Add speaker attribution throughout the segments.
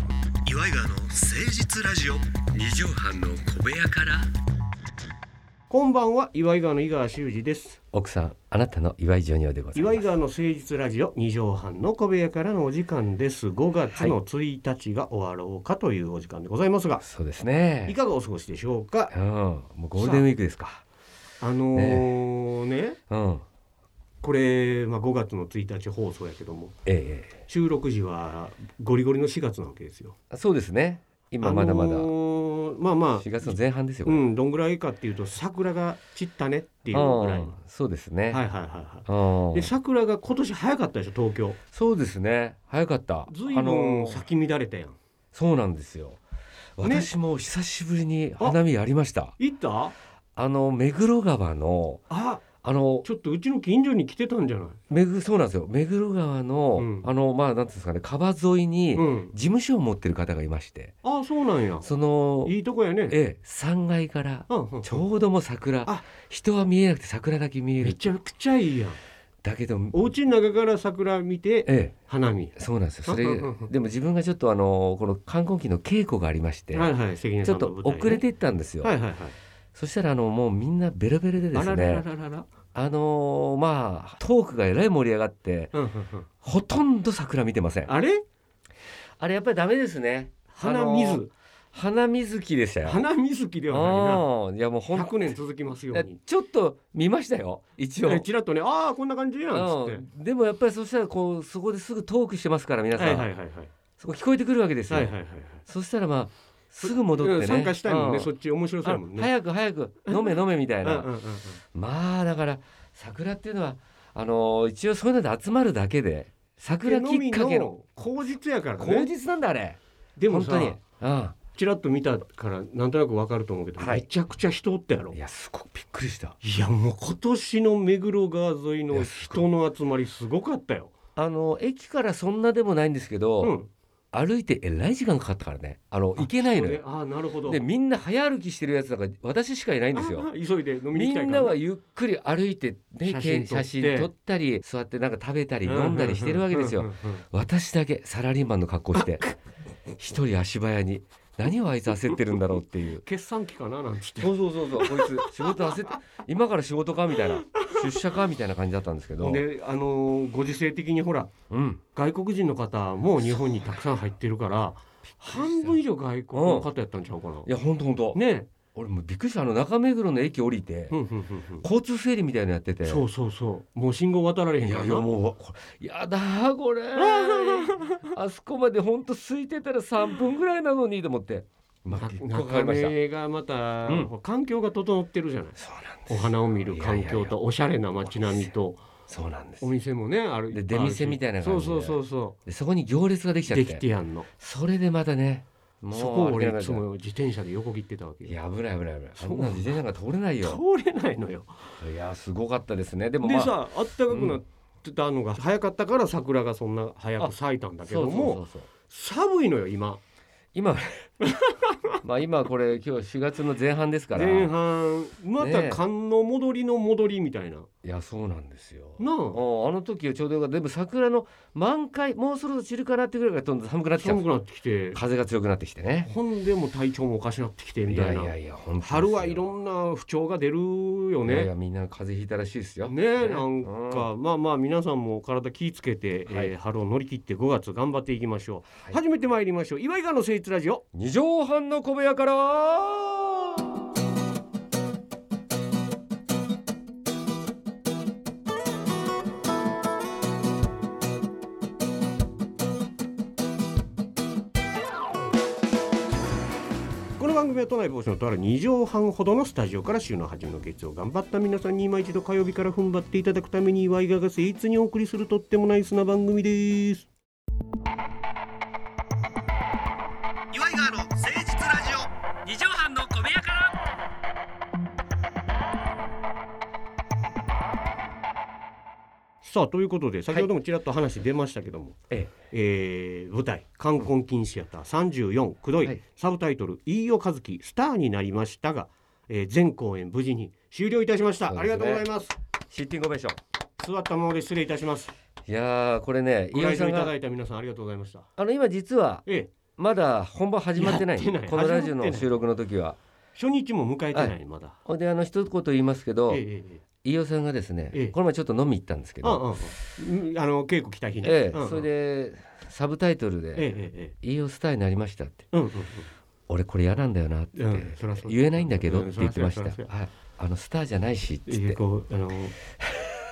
Speaker 1: イガーの誠実ラジオ
Speaker 2: 二畳半の小部屋から
Speaker 3: こんばんは岩井川の井川修司です
Speaker 2: 奥さんあなたの岩井ジョニオでございま
Speaker 3: 岩
Speaker 2: す
Speaker 3: 井川の誠実ラジオ二畳半の小部屋からのお時間です5月の1日が終わろうかというお時間でございますが、
Speaker 2: そうです
Speaker 3: い、
Speaker 2: ね
Speaker 3: かがお過ごしでしょうか
Speaker 2: うんもうゴールデンウィークですか
Speaker 3: あのーね
Speaker 2: うん
Speaker 3: これまあ5月の1日放送やけども
Speaker 2: ええ
Speaker 3: 収録時はゴリゴリの4月なわけですよ
Speaker 2: あそうですね今まだまだ
Speaker 3: あの
Speaker 2: 4
Speaker 3: ーまあまあ
Speaker 2: 月の前半ですよ、こ
Speaker 3: う
Speaker 2: れ
Speaker 3: んどんぐらいかっていうと桜が散ったねっていうぐらい
Speaker 2: うんそうですね、
Speaker 3: はいはいはいは
Speaker 2: う
Speaker 3: い
Speaker 2: ん
Speaker 3: で桜が今年早かったでしょ東京
Speaker 2: そうですね早かった
Speaker 3: ずい
Speaker 2: あ
Speaker 3: ぶ
Speaker 2: の
Speaker 3: ん咲き乱れたやん
Speaker 2: そうなんですよ
Speaker 3: ね
Speaker 2: 私も久しぶりに花見やりました、
Speaker 3: 行った
Speaker 2: あの目黒川の
Speaker 3: あ
Speaker 2: あの
Speaker 3: ちょっとうちの近所に来てたんじゃない、
Speaker 2: 目黒そうなんですよ目黒川の、
Speaker 3: うん
Speaker 2: あのまあなんていうんですかね川沿いに
Speaker 3: うん、
Speaker 2: 事務所を持ってる方がいまして、
Speaker 3: あそうなんや
Speaker 2: その
Speaker 3: いいとこやね
Speaker 2: ええ3階から
Speaker 3: うんうん
Speaker 2: ちょうどもう桜
Speaker 3: あ
Speaker 2: 人は見えなくて桜だけ見え
Speaker 3: め
Speaker 2: る
Speaker 3: ちゃくちゃいいやん
Speaker 2: だけど
Speaker 3: お家の中から桜見て
Speaker 2: え
Speaker 3: 花見
Speaker 2: えそうなんですよそれ
Speaker 3: うんうんうん
Speaker 2: でも自分がちょっとあのこの観光期の稽古がありまして、
Speaker 3: はいはい関根
Speaker 2: ち
Speaker 3: さ
Speaker 2: ょ
Speaker 3: ん
Speaker 2: っ
Speaker 3: の
Speaker 2: と
Speaker 3: 舞台、ね、
Speaker 2: 遅れていったんですよ、
Speaker 3: はいはいはい
Speaker 2: そしたらあのもうみんなベロベロでで
Speaker 3: あ
Speaker 2: す
Speaker 3: ららら
Speaker 2: ね
Speaker 3: ららら
Speaker 2: あのーまあトークがえらい盛り上がって
Speaker 3: うんうんうん
Speaker 2: ほとんど桜見てませんあ
Speaker 3: あれ
Speaker 2: れやっぱりダメですね
Speaker 3: 花水、
Speaker 2: あのー花水木でしたよ
Speaker 3: 花水木では
Speaker 2: うんいやもう
Speaker 3: ない
Speaker 2: ほ
Speaker 3: なん100年続きますように
Speaker 2: ちょっと見ましたよ一応
Speaker 3: えちらっとねああこんな感じやんつって
Speaker 2: うんでもやっぱりそしたらこうそこですぐトークしてますから皆さん、
Speaker 3: はいはいはいはい
Speaker 2: そこ聞こえてくるわけですよ、
Speaker 3: はいはいはいはい
Speaker 2: そしたらまあすぐ戻って
Speaker 3: う
Speaker 2: ね
Speaker 3: ん参加したいもんね、
Speaker 2: う
Speaker 3: そっち面白そうやもん
Speaker 2: あ
Speaker 3: ね
Speaker 2: 早く早く飲め飲めみたい
Speaker 3: うんうん
Speaker 2: な
Speaker 3: うんうん
Speaker 2: まあだから桜っていうのはあのー一応そういうので集まるだけで桜きっかけの
Speaker 3: 口実やから
Speaker 2: 口
Speaker 3: ね
Speaker 2: 実なんだあれ
Speaker 3: でも
Speaker 2: 本当
Speaker 3: さ
Speaker 2: に、う
Speaker 3: ちらっと見たからなんとなくわかると思うけど、
Speaker 2: はい
Speaker 3: めちゃくちゃ人おったやろ
Speaker 2: ん、いやすごくびっくりした
Speaker 3: いやもう今年の目黒川沿い
Speaker 2: い
Speaker 3: の
Speaker 2: やす
Speaker 3: 人の集まりすごかったよ、
Speaker 2: あの駅からそんなでもないんですけど、
Speaker 3: うん、
Speaker 2: 歩いてえらい時間かかったからねあの
Speaker 3: あ
Speaker 2: 行けないのよ
Speaker 3: そうねあーなるほど
Speaker 2: でみんな早歩きしてるやつなんか私しかいないんですよ
Speaker 3: あー急いで飲みに
Speaker 2: み
Speaker 3: 行きたい
Speaker 2: ん
Speaker 3: から
Speaker 2: な
Speaker 3: ね、
Speaker 2: はゆっくり歩いて、ね、
Speaker 3: 写
Speaker 2: 写
Speaker 3: 真撮って
Speaker 2: 真写真撮ったり座ってなんか食べたり
Speaker 3: うんうんうん
Speaker 2: 飲んだりしてるわけです
Speaker 3: うん
Speaker 2: よ
Speaker 3: うんうん
Speaker 2: 私だけサラリーマンの格好して一人足早に何をあいつ焦ってるんだろうっていう
Speaker 3: 決算期かななんつって
Speaker 2: そうそうそうそうこいつ仕事焦って今から仕事かみたいな出社かみたいな感じだったんですけ ど、
Speaker 3: であのーご時世的にほら
Speaker 2: うん、
Speaker 3: 外国人の方も日本にたくさん入ってるから半分以上外国の方やったんちゃうかな、
Speaker 2: いやほんとほんと、
Speaker 3: ねえ、
Speaker 2: 俺もうびっくりしたあの中目黒の駅降りて、
Speaker 3: うんうんうんうん
Speaker 2: 交通整理みたいなのやってて
Speaker 3: そうそうそうもう信号渡られへん
Speaker 2: い
Speaker 3: から
Speaker 2: や
Speaker 3: ない
Speaker 2: やもうわこれやだー これあそこまでほんと空いてたら3分ぐらいなのにと思ってまあ結構かか
Speaker 3: 中
Speaker 2: りました
Speaker 3: 目がまた、
Speaker 2: う
Speaker 3: 環境が整ってるじゃない
Speaker 2: そうなんです
Speaker 3: お花を見る環
Speaker 2: いやい
Speaker 3: 境
Speaker 2: やいや
Speaker 3: とおしゃれな街並みと
Speaker 2: そうなんです
Speaker 3: お店もねある
Speaker 2: で
Speaker 3: いっぱいあるし
Speaker 2: 出店みたいな感じで
Speaker 3: そうそうそう
Speaker 2: でそこに行列ができち
Speaker 3: そ
Speaker 2: ゃ
Speaker 3: う
Speaker 2: って
Speaker 3: できてやんの
Speaker 2: それでまたねもう
Speaker 3: そこを俺
Speaker 2: 諦め
Speaker 3: い
Speaker 2: た
Speaker 3: つも自転車で横切ってたわけ
Speaker 2: い
Speaker 3: よ
Speaker 2: や危ない危ない危ない
Speaker 3: そ
Speaker 2: そ
Speaker 3: うん
Speaker 2: な自転車が通れないよ
Speaker 3: 通れないのよ
Speaker 2: いやすごかったですねでも
Speaker 3: で
Speaker 2: まあ
Speaker 3: さあったかくなってたのが早かったから桜がそんな早く咲いたんだけど
Speaker 2: そうそうそ
Speaker 3: も
Speaker 2: うそう
Speaker 3: 寒いのよ今
Speaker 2: 今まあ今これ今日4月の前半ですから
Speaker 3: 前
Speaker 2: い
Speaker 3: 半また
Speaker 2: ねえ
Speaker 3: 寒の戻りの戻りみたいな
Speaker 2: やそうなんですよ
Speaker 3: なあ
Speaker 2: うんあの時はちょうどよかったでも桜の満開もうそろそろ散るかなってぐらいからどんどん寒くなってきたん
Speaker 3: 寒
Speaker 2: で
Speaker 3: くなってきて
Speaker 2: す風が強くなってきてね
Speaker 3: ほんでもう体調もおかしなってきてみ
Speaker 2: い
Speaker 3: た
Speaker 2: や
Speaker 3: い
Speaker 2: い
Speaker 3: な
Speaker 2: やいや本当ですよ
Speaker 3: 春はいろんな不調が出るよ
Speaker 2: いやい
Speaker 3: ね。
Speaker 2: やみんな風邪ひいたらしいですよ
Speaker 3: ねなんか、まあまあ皆さんも体気ぃつけて、
Speaker 2: はい
Speaker 3: えー春を乗り切って5月頑張っていきましょう、
Speaker 2: はい
Speaker 3: 初めて参りましょう岩井川の誠一ラジオ
Speaker 2: 二畳半の小部屋から
Speaker 3: この番組は都内防止のとある2畳半ほどのスタジオから週の初めの月曜頑張った皆さんに今一度火曜日から踏ん張っていただくために岩井川が誠一にお送りするとってもナイスな番組です
Speaker 1: 岩井川の誠実ラジオ
Speaker 2: 二畳半の小部屋から
Speaker 3: さあということで先ほどもちらっと話出ましたけども、
Speaker 2: え
Speaker 3: えー舞台「冠婚金シアター34くどい」
Speaker 2: はい
Speaker 3: サブタイトル「飯尾和樹スターになりましたが」えー全公演無事に終了いたしました、
Speaker 2: そう
Speaker 3: あ
Speaker 2: で
Speaker 3: り
Speaker 2: すね
Speaker 3: がとうございます
Speaker 2: えシッティングオベーション
Speaker 3: 座ったままで失礼いたします
Speaker 2: いやーこれね
Speaker 3: ご
Speaker 2: 井上
Speaker 3: 来
Speaker 2: さん
Speaker 3: 場いただ
Speaker 2: が
Speaker 3: いた皆さんありがとうございました
Speaker 2: あの今実は
Speaker 3: ええ
Speaker 2: まだ本番始まってない
Speaker 3: やってない
Speaker 2: このラジオ
Speaker 3: 始まって
Speaker 2: の
Speaker 3: ない
Speaker 2: 収録の時は
Speaker 3: 初日も迎えてない、
Speaker 2: は
Speaker 3: まだ。
Speaker 2: ほんであの一言言いますけど、
Speaker 3: ええええ
Speaker 2: 飯尾さんがですね、
Speaker 3: ええ
Speaker 2: この前ちょっと飲み行ったんですけ
Speaker 3: ああ
Speaker 2: ど、
Speaker 3: ああうんあの稽古来た日ね。
Speaker 2: ええ
Speaker 3: うんうん
Speaker 2: それでサブタイトル
Speaker 3: ええ
Speaker 2: で
Speaker 3: え
Speaker 2: 「飯尾スターになりました」って
Speaker 3: えうんうん
Speaker 2: 「俺これ嫌なんだよな」って、
Speaker 3: うんうんそりゃそう
Speaker 2: 言えないんだけど」っ
Speaker 3: う
Speaker 2: て
Speaker 3: ん
Speaker 2: 言ってました「
Speaker 3: そりゃそうやそりゃ
Speaker 2: はい、あのスターじゃないし」っつって
Speaker 3: いやこうあの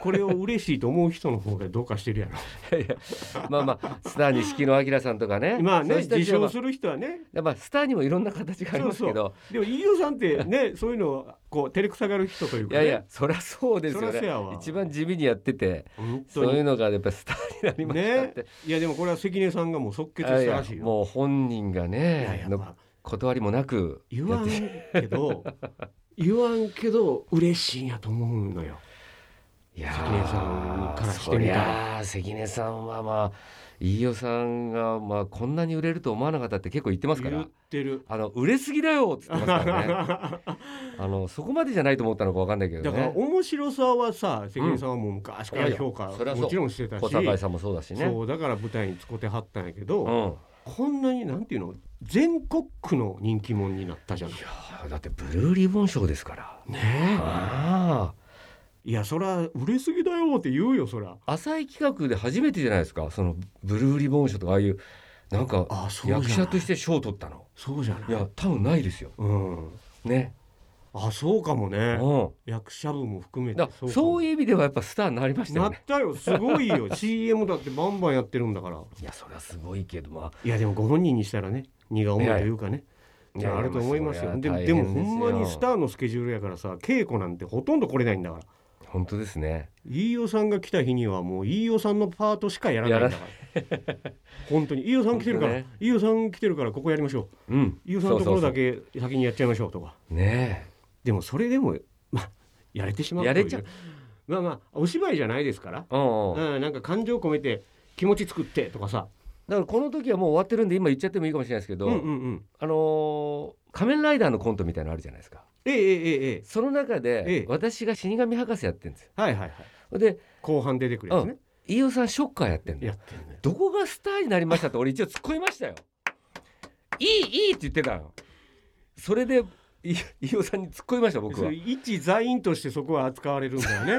Speaker 3: これを嬉しいと思う人の方がどうかして るやろ。
Speaker 2: まあまあスター錦野明さんとかね
Speaker 3: まあ
Speaker 2: そう
Speaker 3: ね
Speaker 2: いう人た
Speaker 3: 自
Speaker 2: ちは
Speaker 3: 称する人はね。
Speaker 2: やっぱスターにもいろんな形がありますけど
Speaker 3: でも飯尾さんってね そういうのをこう照れくさがる人という
Speaker 2: い
Speaker 3: か、
Speaker 2: や
Speaker 3: ね、
Speaker 2: いやそりゃそうですよ
Speaker 3: そりゃそうやわ
Speaker 2: ね一番地味にやってて
Speaker 3: 本当
Speaker 2: そういう
Speaker 3: に。
Speaker 2: のがやっぱスターになりましたって、
Speaker 3: いやでもこれは関根さんがもう即決したらしい
Speaker 2: いやいや
Speaker 3: よ。
Speaker 2: もう本人が
Speaker 3: いやい
Speaker 2: ね
Speaker 3: やま
Speaker 2: の
Speaker 3: あ
Speaker 2: 断りもなく
Speaker 3: 言わ
Speaker 2: や
Speaker 3: ん
Speaker 2: ってき
Speaker 3: けど言わんけど嬉しいんやと思うのよ。
Speaker 2: いやー
Speaker 3: 関根さんからしてみたら
Speaker 2: そりゃあ関根さんはまあ飯尾さんがまあこんなに売れると思わなかったって結構言ってますか
Speaker 3: 言
Speaker 2: ら
Speaker 3: ってる。
Speaker 2: あの売れすぎだよっつってます からねあのそこまでじゃないと思ったのかわかんないけど
Speaker 3: だから
Speaker 2: ね
Speaker 3: 面白さはさ関根さんはもう昔から評
Speaker 2: い
Speaker 3: 価、
Speaker 2: やいやそりゃそう
Speaker 3: もちろんしてたし
Speaker 2: 小堺さんもそうだしね
Speaker 3: そうだから舞台につこてはったんやけど、
Speaker 2: うん
Speaker 3: こんなになんていうの全国区の人気者になったじゃない
Speaker 2: いやーだってブルーリボン賞ですから。
Speaker 3: ね
Speaker 2: あ
Speaker 3: えいやそりゃ売れすぎだよって言うよそりゃ
Speaker 2: あ浅い企画で初めてじゃないですかそのブルーリボン賞とかああいうなんか
Speaker 3: あそうじゃない
Speaker 2: 役者として賞を取ったの
Speaker 3: そうじゃない
Speaker 2: いや多分ないですよ
Speaker 3: うん
Speaker 2: ね。
Speaker 3: あそうかも
Speaker 2: う
Speaker 3: ね
Speaker 2: ん、
Speaker 3: 役者部も含めて
Speaker 2: だからそう
Speaker 3: い
Speaker 2: いう意味ではやっぱスターになりました
Speaker 3: な
Speaker 2: よ
Speaker 3: っ
Speaker 2: ね。
Speaker 3: たよすごい よ CM だってバンバンやってるんだから
Speaker 2: いやそれはすごいけどま
Speaker 3: いやでもご本人にしたらね荷が重いというかね
Speaker 2: いやいや
Speaker 3: いやあると思いますよ
Speaker 2: そり
Speaker 3: で
Speaker 2: ゃ
Speaker 3: も
Speaker 2: 大
Speaker 3: で
Speaker 2: 変
Speaker 3: も
Speaker 2: ですよ
Speaker 3: ほんまにスターのスケジュールやからさ稽古なんてほとんど来れないんだから
Speaker 2: あ本当ですね。
Speaker 3: 飯尾さんが来た日にはもう飯尾さんのパートしかやらないんだから本当に飯尾さん来てるから、
Speaker 2: 本当
Speaker 3: 飯尾さん来てるからここやりましょ
Speaker 2: うん。
Speaker 3: う飯尾さんのとこ
Speaker 2: そう
Speaker 3: ろ
Speaker 2: そう
Speaker 3: だけ先にやっちゃいましょうとか
Speaker 2: そうね
Speaker 3: でもそれでもまあやれてしまう
Speaker 2: やれちゃう
Speaker 3: といまあまあお芝居じゃないですから、
Speaker 2: え。うん、うん。だか
Speaker 3: うん、なんか感情込めて気持ち作ってとかさ
Speaker 2: らこの時はもう終わってるんで今言っちゃってもいいかもしれないですけ
Speaker 3: う
Speaker 2: ど、
Speaker 3: んうんうん
Speaker 2: あのー仮面ライダーのコントみたいなのあるじゃないですか。
Speaker 3: ええええええ
Speaker 2: その中
Speaker 3: え
Speaker 2: で
Speaker 3: え
Speaker 2: 私が死神博士やってるんですよ。
Speaker 3: はいはいはい
Speaker 2: で
Speaker 3: 後半出てくるやつね、
Speaker 2: 飯尾さんショッカーやってんの
Speaker 3: やってるね
Speaker 2: どこがスターになりましたって俺一応突っ込みましたよいいいいって言ってたのそれでい飯尾さんに突っ込みました僕
Speaker 3: そ
Speaker 2: は
Speaker 3: れ一座員としてそこは扱われるんだよ ね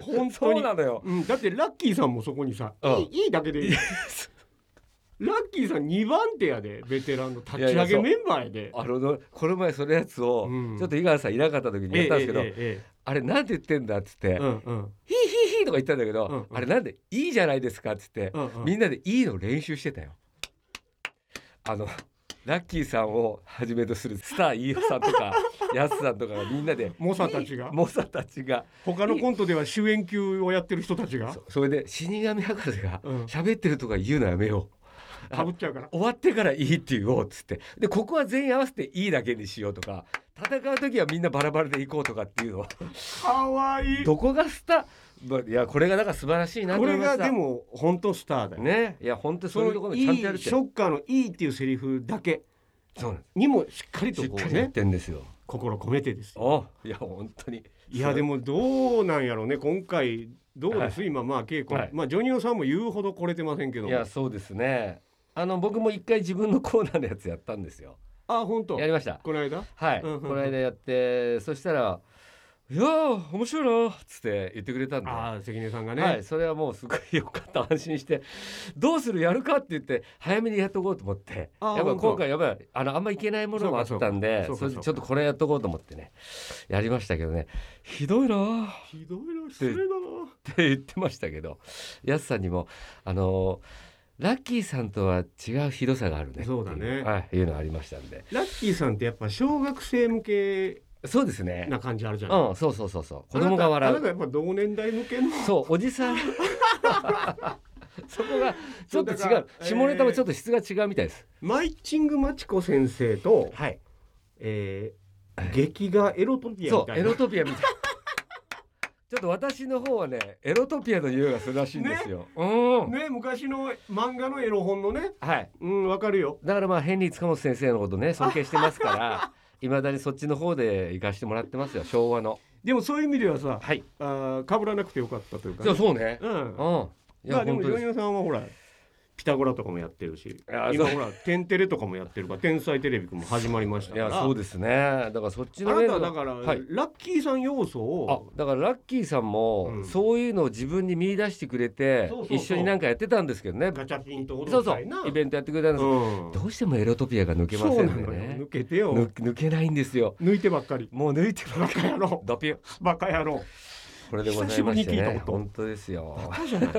Speaker 3: 本当
Speaker 2: そう
Speaker 3: に
Speaker 2: なのよ
Speaker 3: うん、だってラッキーさんもそこにさ「
Speaker 2: うん
Speaker 3: いいいいだけでいい」ラッキーさん2番手やでベテランの立ち上げメンバーやで。
Speaker 2: あのこの前そのやつを、
Speaker 3: うん
Speaker 2: ちょっと井川さんいなかった時にやったんですけど、
Speaker 3: えええ
Speaker 2: あれなんて言ってんだっつって、
Speaker 3: えええうんうん
Speaker 2: ヒーヒーヒーとか言ったんだけど、
Speaker 3: うんうん
Speaker 2: あれなんでいいじゃないですかっつって、
Speaker 3: うんうん
Speaker 2: みんなでいいの練習してたよあのラッキーさんをはじめとするスター飯尾さんと かやすさんとかがみんなで
Speaker 3: 猛者たちが
Speaker 2: 猛者たちが
Speaker 3: 他のコントでは主演級をやってる人たちが
Speaker 2: そそれで死神博士が
Speaker 3: うん
Speaker 2: 喋ってるとか言うのやめよう、
Speaker 3: かぶっちゃうから。
Speaker 2: 終わってからいいって言おうっつってでここは全員合わせていいだけにしようとか戦う時はみんなバラバラで行こうとかっていうのは
Speaker 3: かわいい
Speaker 2: どこがスターまあいやこれがだから素晴らしいなと
Speaker 3: こ
Speaker 2: 思い
Speaker 3: れ
Speaker 2: ました
Speaker 3: がでも本当スターだよ。
Speaker 2: ねいや本当
Speaker 3: そ
Speaker 2: そういうところ
Speaker 3: の
Speaker 2: も
Speaker 3: いい
Speaker 2: ち
Speaker 3: シ
Speaker 2: ゃんとやるって
Speaker 3: ョッカーの「いい」っていうセリフだけ
Speaker 2: そうなんで
Speaker 3: にもしっかり
Speaker 2: す
Speaker 3: と
Speaker 2: しっ
Speaker 3: こ
Speaker 2: か
Speaker 3: う
Speaker 2: りやっ
Speaker 3: ね
Speaker 2: てんですよ
Speaker 3: 心込めてですよ。
Speaker 2: おいや本当に
Speaker 3: いやでもどうなんやろうね今回どうです、今まあ稽古、
Speaker 2: はい
Speaker 3: まあジョニオさんも言うほど来れてませんけど
Speaker 2: い
Speaker 3: も
Speaker 2: やそうですねあの僕も一回自分のコーナーのやつやったんですよ
Speaker 3: あ本当
Speaker 2: やりました
Speaker 3: この間
Speaker 2: はい、
Speaker 3: うんうんうん
Speaker 2: この間やってそしたら「いやー面白いな」っつって言ってくれたんで、
Speaker 3: ああ関根さんがね、
Speaker 2: はい、それはもうすごいよかった安心して「どうするやるか?」って言って早めにやっとこうと思って
Speaker 3: あー
Speaker 2: やっぱ
Speaker 3: 本当
Speaker 2: 今回やばいあのあんまいけないものもあったんで
Speaker 3: そうか
Speaker 2: そ
Speaker 3: そうかそうか
Speaker 2: れでちょっとこれやっとこうと思ってねやりましたけどねひどいなーっ
Speaker 3: ひどいな失礼だな
Speaker 2: て言ってましたけどやすさんにもあのーラッキーさんとは違うひどさがあるね
Speaker 3: そうだね
Speaker 2: はい、いうのがありましたんで
Speaker 3: ラッキーさんってやっぱ小学生向け
Speaker 2: そうですね
Speaker 3: な感じあるじゃない、
Speaker 2: うんそうそうそうそう子供が笑
Speaker 3: あ
Speaker 2: う
Speaker 3: なたあなたやっぱ同年代向けの
Speaker 2: そうおじさん そこがちょっと
Speaker 3: そうだか
Speaker 2: 違
Speaker 3: ら
Speaker 2: う下ネタもちょっと質が違うみたいです、
Speaker 3: マイチングマチコ先生と、
Speaker 2: はい
Speaker 3: えー、劇画エロトピアみ
Speaker 2: そ
Speaker 3: た
Speaker 2: う
Speaker 3: い
Speaker 2: エ
Speaker 3: な
Speaker 2: ロトピアみたいちょっと私の方はねエロトピアの匂いがするらしいんですよ、うん、
Speaker 3: ね昔の漫画のエロ本のね
Speaker 2: はい
Speaker 3: うんわかるよ
Speaker 2: だからまあヘンリー塚本先生のこと ね尊敬してますからいまだにそっちの方で行かしてもらってますよ昭和の
Speaker 3: でもそういう意味ではさ
Speaker 2: はい
Speaker 3: あかぶらなくてよかったというか
Speaker 2: じゃあ
Speaker 3: ね、
Speaker 2: そうね
Speaker 3: うん
Speaker 2: うんい
Speaker 3: まあ
Speaker 2: や
Speaker 3: でも
Speaker 2: 本
Speaker 3: ジ
Speaker 2: 当
Speaker 3: ョ
Speaker 2: で
Speaker 3: ニ
Speaker 2: す
Speaker 3: オさんはほらピ下ゴラとかもやってるし
Speaker 2: あ
Speaker 3: 今
Speaker 2: そう
Speaker 3: ほら「天テレ」とかもやってるから「天才テレビくん」も始まりました
Speaker 2: い
Speaker 3: から
Speaker 2: やそうですねだからそっち
Speaker 3: あ
Speaker 2: の
Speaker 3: な
Speaker 2: 面
Speaker 3: たは
Speaker 2: の
Speaker 3: だから、
Speaker 2: はい
Speaker 3: ラッキーさん要素
Speaker 2: あ
Speaker 3: を
Speaker 2: だからラッキーさんも、
Speaker 3: うん
Speaker 2: そういうのを自分に見出してくれて
Speaker 3: そうそうそう
Speaker 2: 一緒になんかやってたんですけどね
Speaker 3: ガチャピンと踊
Speaker 2: そうそ
Speaker 3: りたいな
Speaker 2: うイベントやってくれたんです、
Speaker 3: うん
Speaker 2: どうしてもエロトピアが抜けま
Speaker 3: そ
Speaker 2: せ
Speaker 3: うんなの
Speaker 2: で
Speaker 3: よ
Speaker 2: ね
Speaker 3: 抜けてよ
Speaker 2: 抜抜けないんですよ
Speaker 3: 抜いてばっかり
Speaker 2: もう抜いてば
Speaker 3: バ
Speaker 2: っか
Speaker 3: カ野郎
Speaker 2: ドピュ
Speaker 3: バカ野郎
Speaker 2: これでございまして
Speaker 3: 久しぶりに聞い
Speaker 2: ね
Speaker 3: たこと
Speaker 2: 本当です よ
Speaker 3: バカじゃない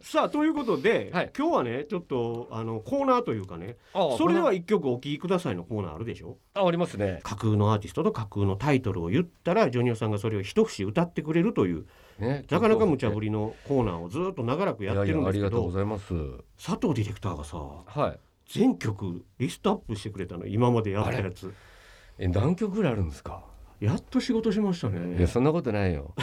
Speaker 3: さあということで、
Speaker 2: はい
Speaker 3: 今日はねちょっとあのコーナーというかね
Speaker 2: あ
Speaker 3: それで
Speaker 2: こ
Speaker 3: は一曲お聴きくださいのコーナーあるでしょ
Speaker 2: あありますね
Speaker 3: 架空のアーティストと架空のタイトルを言ったらジョニオさんがそれを一節歌ってくれるという
Speaker 2: ね
Speaker 3: なかなか無茶ぶ
Speaker 2: り
Speaker 3: りのコーナーをずっと長らくやってるんです
Speaker 2: いやいやありが
Speaker 3: け
Speaker 2: とうご
Speaker 3: ど
Speaker 2: ざいます
Speaker 3: 佐藤ディレクターがさ
Speaker 2: はい
Speaker 3: 全曲リストアップしてくれたの今までやったやつ
Speaker 2: え何曲ぐらいあるんですか
Speaker 3: やっと仕事しました
Speaker 2: いや
Speaker 3: ね
Speaker 2: そんなことないよ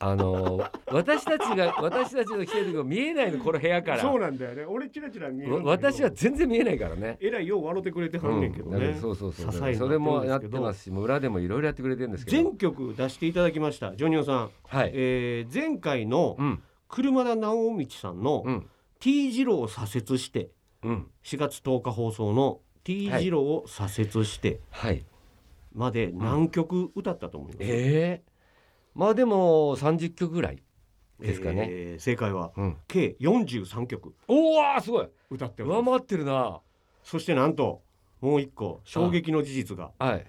Speaker 2: あの私たちが私たちの来てる時も見えないのこの部屋から
Speaker 3: そうなんだよね俺チラチラ見えるんだ
Speaker 2: わ
Speaker 3: けど
Speaker 2: 私は全然見えないからね
Speaker 3: えらいよう笑ってくれてはんねんけど
Speaker 2: うんだ
Speaker 3: ね、
Speaker 2: らそうそうそう
Speaker 3: 支えになってるんですけど
Speaker 2: それもやってますしもう裏でもいろいろやってくれてるんですけど
Speaker 3: 全曲出していただきましたジョニオさん、
Speaker 2: はい
Speaker 3: えー前回の
Speaker 2: うん
Speaker 3: 車田直道さんの
Speaker 2: うん
Speaker 3: T 字路を左折して
Speaker 2: うん
Speaker 3: 4月10日放送の T 字路を左折して
Speaker 2: はい
Speaker 3: まで何曲歌ったと思います、
Speaker 2: ええまあでも30曲ぐらいですかね、
Speaker 3: えー正解は
Speaker 2: うん
Speaker 3: 計43曲
Speaker 2: おおすごい
Speaker 3: 歌っており
Speaker 2: 上
Speaker 3: ます
Speaker 2: 回ってるな
Speaker 3: そしてなんともう一個衝撃の事実が
Speaker 2: はい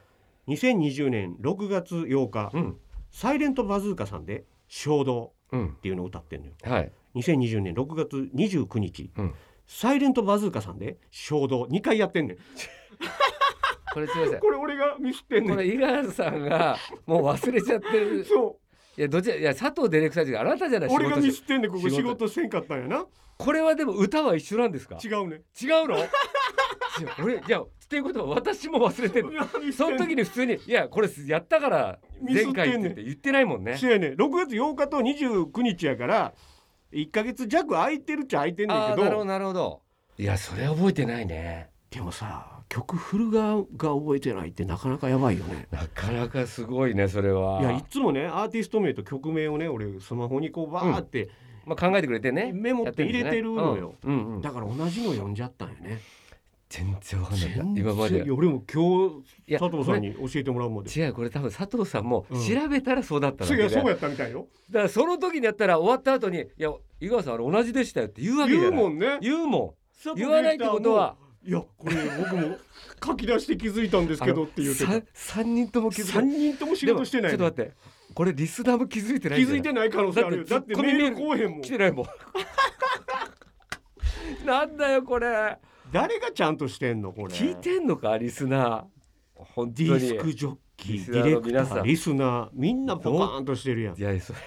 Speaker 3: 2020年6月8日
Speaker 2: うん
Speaker 3: サイレントバズーカさんで「衝動」
Speaker 2: うん
Speaker 3: っていうのを歌ってんのよ
Speaker 2: はい
Speaker 3: 2020年6月29日、
Speaker 2: うん
Speaker 3: サイレントバズーカさんで衝動2回やってんねん
Speaker 2: これすいません
Speaker 3: これ俺がミスってんね
Speaker 2: こ
Speaker 3: ん
Speaker 2: れ井川さんがもう忘れちゃってる
Speaker 3: そ
Speaker 2: いやどっちらいや佐藤ディレクターじゃあなたじゃ
Speaker 3: う
Speaker 2: ない仕
Speaker 3: 俺が
Speaker 2: 事
Speaker 3: ミ
Speaker 2: し
Speaker 3: スってんねんここ
Speaker 2: 仕
Speaker 3: 仕
Speaker 2: 事
Speaker 3: 事せんかったんやな
Speaker 2: これはでも歌は一緒なんですか
Speaker 3: 違うねん
Speaker 2: 違うのいや俺じゃあっていうことは私も忘れてる
Speaker 3: ミスって
Speaker 2: そ
Speaker 3: んね
Speaker 2: の
Speaker 3: ん
Speaker 2: 時に普通に「いやこれやったから
Speaker 3: ミスって
Speaker 2: 前
Speaker 3: んね
Speaker 2: 回」って言
Speaker 3: ん
Speaker 2: って言ってないもんね
Speaker 3: そうやねん6月8日と29日やから1か月弱空いてるっちゃ空いてんねん
Speaker 2: ああ
Speaker 3: け
Speaker 2: なるほ
Speaker 3: ど
Speaker 2: どなるほどいやそれは覚えてないね
Speaker 3: でもさ曲フル側が覚えてないってなかなかやばいよね
Speaker 2: なかなかすごいねそれはい
Speaker 3: やいつもねアーティスト名と曲名をね俺スマホにこうバーって、
Speaker 2: まあ、考えてくれてね
Speaker 3: メモって入れてる
Speaker 2: やっ
Speaker 3: のよ
Speaker 2: てんですねうんうんうん
Speaker 3: だから同じの読んじゃったんよね
Speaker 2: 全然わかんない
Speaker 3: 全然
Speaker 2: 今まで
Speaker 3: いや俺も今
Speaker 2: い
Speaker 3: 日
Speaker 2: や
Speaker 3: 佐藤さんに教えてもらうまで
Speaker 2: 違うこれ多分佐藤さんも
Speaker 3: うん
Speaker 2: 調べたらそうだっただけ
Speaker 3: そう
Speaker 2: で、
Speaker 3: やそうやったみたいよ
Speaker 2: だからその時にやったら終わった後に「いや井川さんあれ同じでしたよ」って言うわけじゃ
Speaker 3: 言う
Speaker 2: ない
Speaker 3: もんね
Speaker 2: 言うも
Speaker 3: 佐
Speaker 2: ん
Speaker 3: 藤デ
Speaker 2: 言
Speaker 3: ィ
Speaker 2: わ
Speaker 3: レ
Speaker 2: ないっ
Speaker 3: ク
Speaker 2: て
Speaker 3: ターも
Speaker 2: ことはい
Speaker 3: やこれ僕も書き出して気づいたんですけどって言うてた
Speaker 2: 3人とも気づか
Speaker 3: 3
Speaker 2: ない
Speaker 3: 人とも仕事してない
Speaker 2: でもちょっと待ってこれリスナーも気づいてない
Speaker 3: 気
Speaker 2: んじゃな
Speaker 3: づ
Speaker 2: い
Speaker 3: てない可能性あるよだ
Speaker 2: だ
Speaker 3: っ
Speaker 2: ってて
Speaker 3: メー
Speaker 2: ツッ
Speaker 3: ル
Speaker 2: コミメール
Speaker 3: こうへんもん
Speaker 2: 来て ないもんなんだよこれ
Speaker 3: 誰がちゃんとしてんのこれ
Speaker 2: 聞いてんのかリスナー本当
Speaker 3: デ
Speaker 2: に
Speaker 3: ィスクジョッキ
Speaker 2: リ
Speaker 3: ー
Speaker 2: ス
Speaker 3: デ
Speaker 2: ナー
Speaker 3: ィレ
Speaker 2: の
Speaker 3: ク
Speaker 2: 皆
Speaker 3: タ
Speaker 2: さん
Speaker 3: ーリスナーみんなポカーンとしてるやん
Speaker 2: いやそれ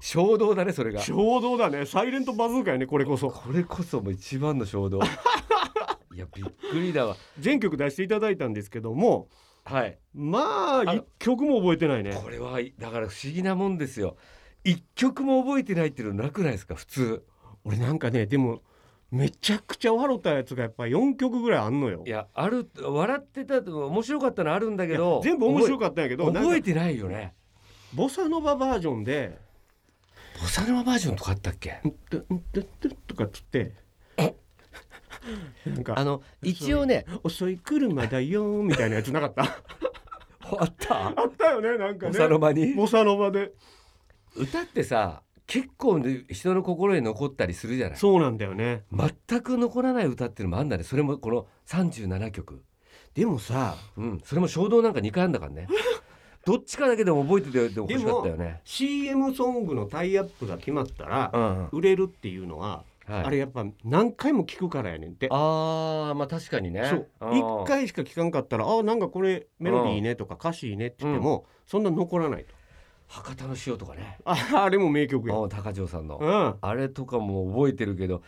Speaker 2: 衝動だねそれが
Speaker 3: 衝動だねサイレントバズーカやねこれこそ
Speaker 2: これこそもう一番の衝 動いやびっくりだわ
Speaker 3: 全曲出していただいたんですけども
Speaker 2: はい
Speaker 3: まあ
Speaker 2: あの
Speaker 3: 一曲も覚えてないね
Speaker 2: これはだから不思議なもんですよ一曲も覚えてないっていうのなくないですか普通
Speaker 3: 俺なんかねでもめちゃくちゃ笑ったやつがやっぱ4曲ぐらいあんのよ
Speaker 2: いやある笑ってたと面白かったのあるんだけど
Speaker 3: 全部面白かったんやけど
Speaker 2: 覚え覚え
Speaker 3: なんか
Speaker 2: てないよね
Speaker 3: ボサノババージョンで
Speaker 2: ボサノババージョンとかあったっけ
Speaker 3: 「んとんとんとん」とかっつってなん
Speaker 2: あ
Speaker 3: か
Speaker 2: の一応ね
Speaker 3: 「遅い車だよ」みたいなやつなかった
Speaker 2: あった
Speaker 3: あったよねなんか
Speaker 2: ボ
Speaker 3: ね
Speaker 2: サノバに
Speaker 3: ボサノバで
Speaker 2: 歌ってさ結構ね人の心に残ったりするじゃない
Speaker 3: そうなんだよね
Speaker 2: 全く残らない歌っていうのもあんだねそれもこの37曲
Speaker 3: でもさ
Speaker 2: うんそれも衝動なんか2回あんだから ねどっちかだけでも覚えててでも欲しかったよね
Speaker 3: CM ソングのタイアップが決まったら
Speaker 2: うん、うん
Speaker 3: 売れるっていうのは、
Speaker 2: はい、
Speaker 3: あれやっぱ何回も聞くからやねんって
Speaker 2: あーまあ確かにね
Speaker 3: そう
Speaker 2: うん
Speaker 3: 1回しか聴かんかったら「あなんかこれメロディーいいね」とか「歌詞いいね」って言っても、そんな残らないと
Speaker 2: 博多の塩とかね
Speaker 3: ああれも名曲や、
Speaker 2: うん高城さんの、
Speaker 3: うん、
Speaker 2: あれとかも覚えてるけど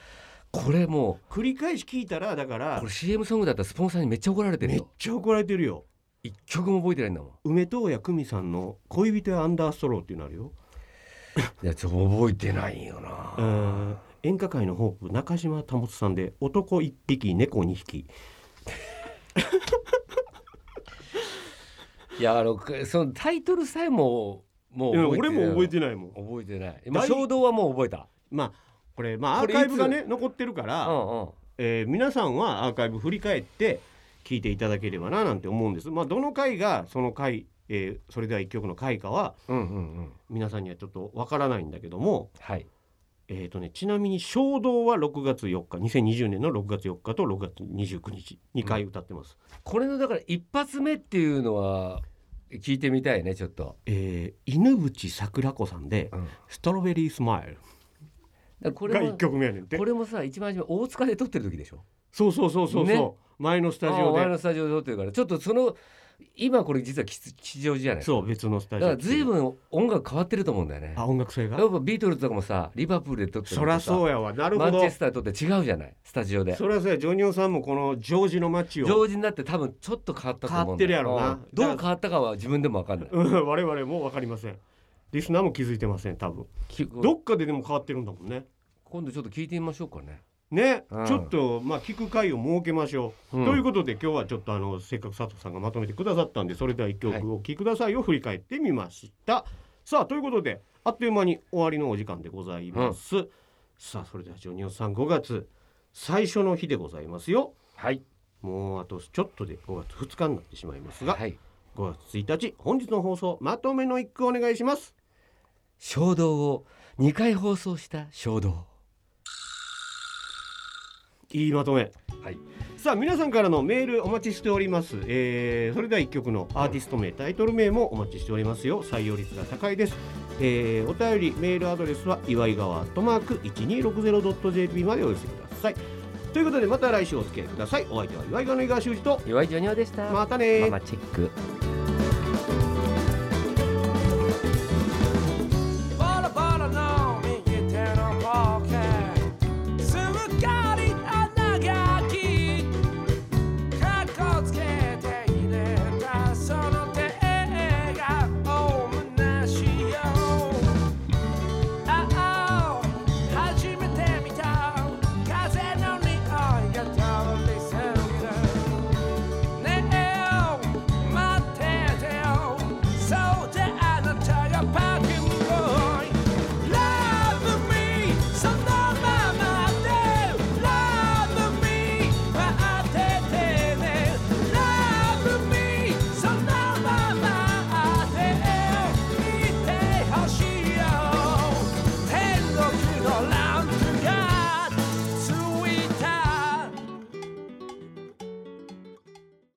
Speaker 2: これも
Speaker 3: 繰り返し聴いたらだか
Speaker 2: う
Speaker 3: ら
Speaker 2: これ CM ソングだったらスポンサーにめっちゃ怒られてる
Speaker 3: めっ
Speaker 2: よ
Speaker 3: ちゃ怒られてるよ
Speaker 2: 一曲も覚えてないんだもん
Speaker 3: 梅東谷久美さんの「恋人やアンダーストロー」っていうのあるよ、
Speaker 2: いやちょっと覚えてないよな、
Speaker 3: うん、演歌界のホープ中島保さんで「男1匹猫2匹
Speaker 2: いやあのくそのタイトルさえもも」う
Speaker 3: いや俺も覚え
Speaker 2: ない
Speaker 3: てないもん
Speaker 2: 覚えてない、まあ、
Speaker 3: 大
Speaker 2: 衝動はもう覚えた
Speaker 3: まあこれまあア
Speaker 2: こ
Speaker 3: ー
Speaker 2: れいつ
Speaker 3: カイブがね残ってるから、
Speaker 2: うんうん
Speaker 3: えー皆さんはアーカイブ振り返って聞いていただければななんて思うんです。まあどの回がその回、えーそれでは一曲の回かは
Speaker 2: うんうんうん
Speaker 3: 皆さんにはちょっとわからないんだけども、
Speaker 2: はい
Speaker 3: えーとね、ちなみに衝動は6月4日2020年の6月4日と6月29日2回歌ってます。
Speaker 2: これのだから一発目っていうのは聞いてみたいねちょっと、
Speaker 3: えー犬淵桜子さんで
Speaker 2: うん、
Speaker 3: 「ストロベリースマイル
Speaker 2: こ」れ
Speaker 3: が
Speaker 2: も
Speaker 3: 1曲目やねんて
Speaker 2: これもさ一番初め大塚で撮ってる時でしょ
Speaker 3: そうそうそうそうそう、
Speaker 2: ね
Speaker 3: 前のスタジ
Speaker 2: あお
Speaker 3: オ
Speaker 2: 前
Speaker 3: で
Speaker 2: のスタジオで撮ってるからちょっとその今これ実は吉吉祥寺じゃない
Speaker 3: そう別のス
Speaker 2: だ
Speaker 3: タジ
Speaker 2: から
Speaker 3: オ
Speaker 2: 随分音楽変わってると思うんだよね
Speaker 3: あ音楽性
Speaker 2: や
Speaker 3: が
Speaker 2: っぱビートルズとかもさリバプールで撮ってる
Speaker 3: そらそう
Speaker 2: や
Speaker 3: やわなる
Speaker 2: マ
Speaker 3: ほ
Speaker 2: ン
Speaker 3: ど
Speaker 2: チェスターで撮って違うじゃないスタジオで
Speaker 3: そりゃそうやジョニオさんもこのジョージの街を、
Speaker 2: 常時になって多分ちょっと変わったと思うんだよ
Speaker 3: 変わってるやろな
Speaker 2: うんどう変わったかは自分でも分かんない
Speaker 3: うん、我々も分かりませんリスナーも気づいてません多分
Speaker 2: き
Speaker 3: どっかででも変わってるんだもんね
Speaker 2: 今度ちょっと聞いてみましょうかね
Speaker 3: ね、
Speaker 2: うん
Speaker 3: ちょっとまあ聞く回を設けましょう、
Speaker 2: うん
Speaker 3: ということで今日はちょっとあのせっかく佐藤さんがまとめてくださったんでそれでは一
Speaker 2: はい
Speaker 3: 曲お聴きくださいを振り返ってみました、さあということであっという間に終わりのお時間でございます、さあそれではジョニオさん5月最初の日でございますよ
Speaker 2: はい
Speaker 3: もうあとちょっとで5月2日になってしまいますが、
Speaker 2: はい
Speaker 3: 5月1日本日の放送まとめの一句お願いします
Speaker 2: 衝動を2回放送した衝動
Speaker 3: いいまとめ
Speaker 2: はい
Speaker 3: さあ皆さんからのメールお待ちしております、えーそれでは1曲のアーティスト名タイトル名もお待ちしておりますよ採用率が高いです、えーお便りメールアドレスは岩井川アットマーク 1260.jp までお寄せくださいということでまた来週お付き合いくださいお相手は岩井川の井川修司と
Speaker 2: 岩井ジョニオでした
Speaker 3: またねー
Speaker 2: ママチェック